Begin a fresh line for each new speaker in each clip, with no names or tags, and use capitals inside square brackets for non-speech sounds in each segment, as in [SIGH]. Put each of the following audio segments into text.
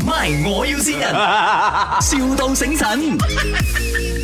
My，我要先人，, [LAUGHS] 笑到醒神。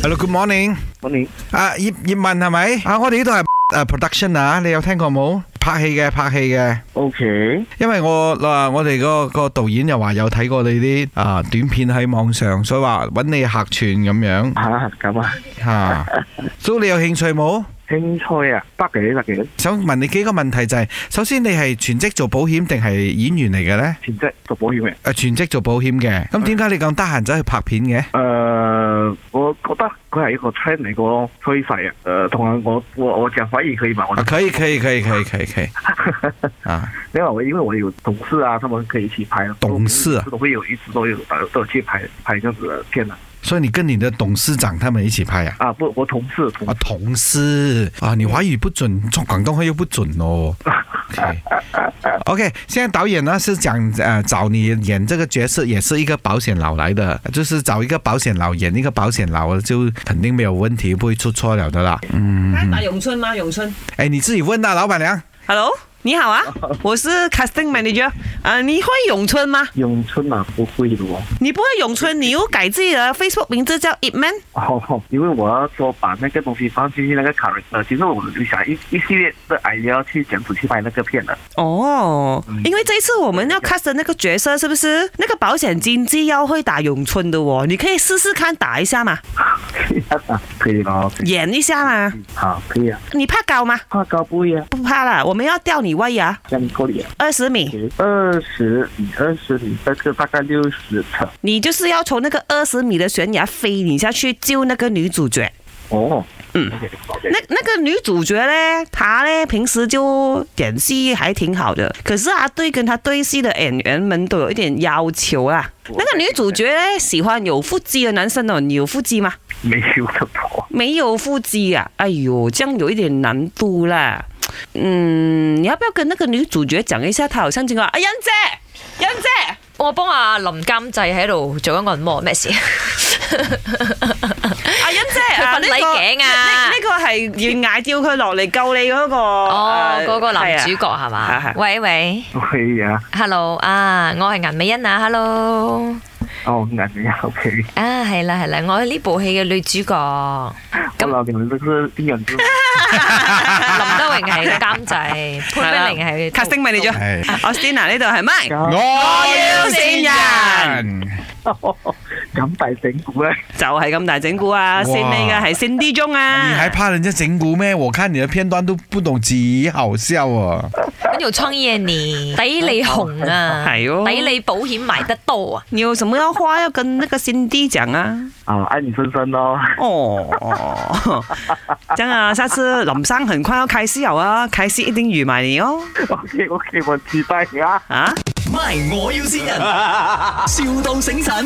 Hello，good morning。
我你
啊，葉葉問係咪？啊，我哋呢度係诶 production 啊，你有聽過冇？拍戲嘅，拍戲嘅。
OK
因為我嗱，我哋個個導演又話有睇過你啲啊短片喺網上，所以話揾你客串咁樣
吓咁啊？
吓。所以你有興趣冇？
興趣啊，得嘅得嘅，
想問你幾個問題就係，首先你係全職做保險定係演員嚟嘅呢？
全職做保險嘅。
诶，全職做保險嘅，咁點解你咁得閒走去拍片嘅？
誒、呃我覺得佢係一個 trend 嚟個趨勢啊。誒、同埋我我我講華語可以嘛？我
啊，可以，可以，可以，可以，可以，可以。啊，
因為我因為我有同事啊，他們可以一起拍。
同事啊
我们都会有一直都有呃都有去拍拍这样子的片的
所以你跟你的董事長他們一起拍呀、
啊。不，我同事同
啊，同事啊，你华语不准，你说广东话又不准哦。OK，, OK，现在导演呢是讲呃找你演这个角色，也是一个保险佬来的，就是找一个保险佬演一个保险佬，就肯定没有问题，不会出错了的啦。
哎打咏春吗？咏春
哎，你自己问呐，老板娘。
，Hello，你好啊，我是 casting manager 啊、你会咏春吗？
咏春啊，不会的哦。
你不会咏春，你又改自己的 Facebook 名字叫 Ip Man，
哦， [LAUGHS] 因为我要说把那个东西放进去那个 character，其实呃我就想一一系列的 idea 去讲出去拍那个片啊的。
哦，因为这一次我们要 cast 的那个角色是不是那个保险经纪要会打咏春的哦？你可以试试看打一下嘛，
[LAUGHS] 可以咯，可以
演一下嘛。
好，可以啊。
你怕高吗？
怕高不会啊，
不怕啦，我们要吊你威啊，
这样够力啊。
二十米，
二十米，二十米，这个大概六十层。
你就是要从那个二十米的悬崖飞你下去救那个女主角。
哦，
嗯
OK，OK，
那那个女主角呢，她呢平时就演戏还挺好的，可是啊，对跟她对戏的演员们都有一点要求啦。那个女主角呢，喜欢有腹肌的男生哦，你有腹肌吗？
没有这么多。
没有腹肌啊，哎呦，这样有一点难度啦。嗯，你要不要跟那个女主角讲一下？她好像经过，哎，欣姐，欣姐。
我幫阿林監製喺度做緊按摩，咩
[LAUGHS]
事？
阿欣姐，
[LAUGHS] 佢
啊
瞓
呢個
禮頸啊
呢呢個係懸崖叫佢落嚟救你嗰個。
哦
哦，
嗰個男主角係
係
嘛
係？
喂喂
对呀、
，hello 啊，我係顏美欣啊，hello
哦，男人呀，OK。
啊，係啦係啦，我係呢部戲嘅女主角，
我
咁
老娘都是一人之母。
林德榮係監製，潘碧玲係
casting manager。À,
哎，
Austina 呢度係咪？
我
要
要
先人。
咁大整啊蛊咧，
就係咁大整蠱啊！
哇
先你嘅係先 D 中
你还
啊！
怕人家整蛊咩？我看你的片段都不懂几好笑哦。
跟住創意你，抵你紅啊，
係哦
抵你保險賣得多啊！
你有什麼話要跟那個先 D 講啊？
啊，爱你深深咯。 [LAUGHS]
哦，真啊！下次林生很快要開始游啊，開始一定預埋你哦。
OK OK，我期待你啊。
啊！
My，我要先人，,笑到醒神。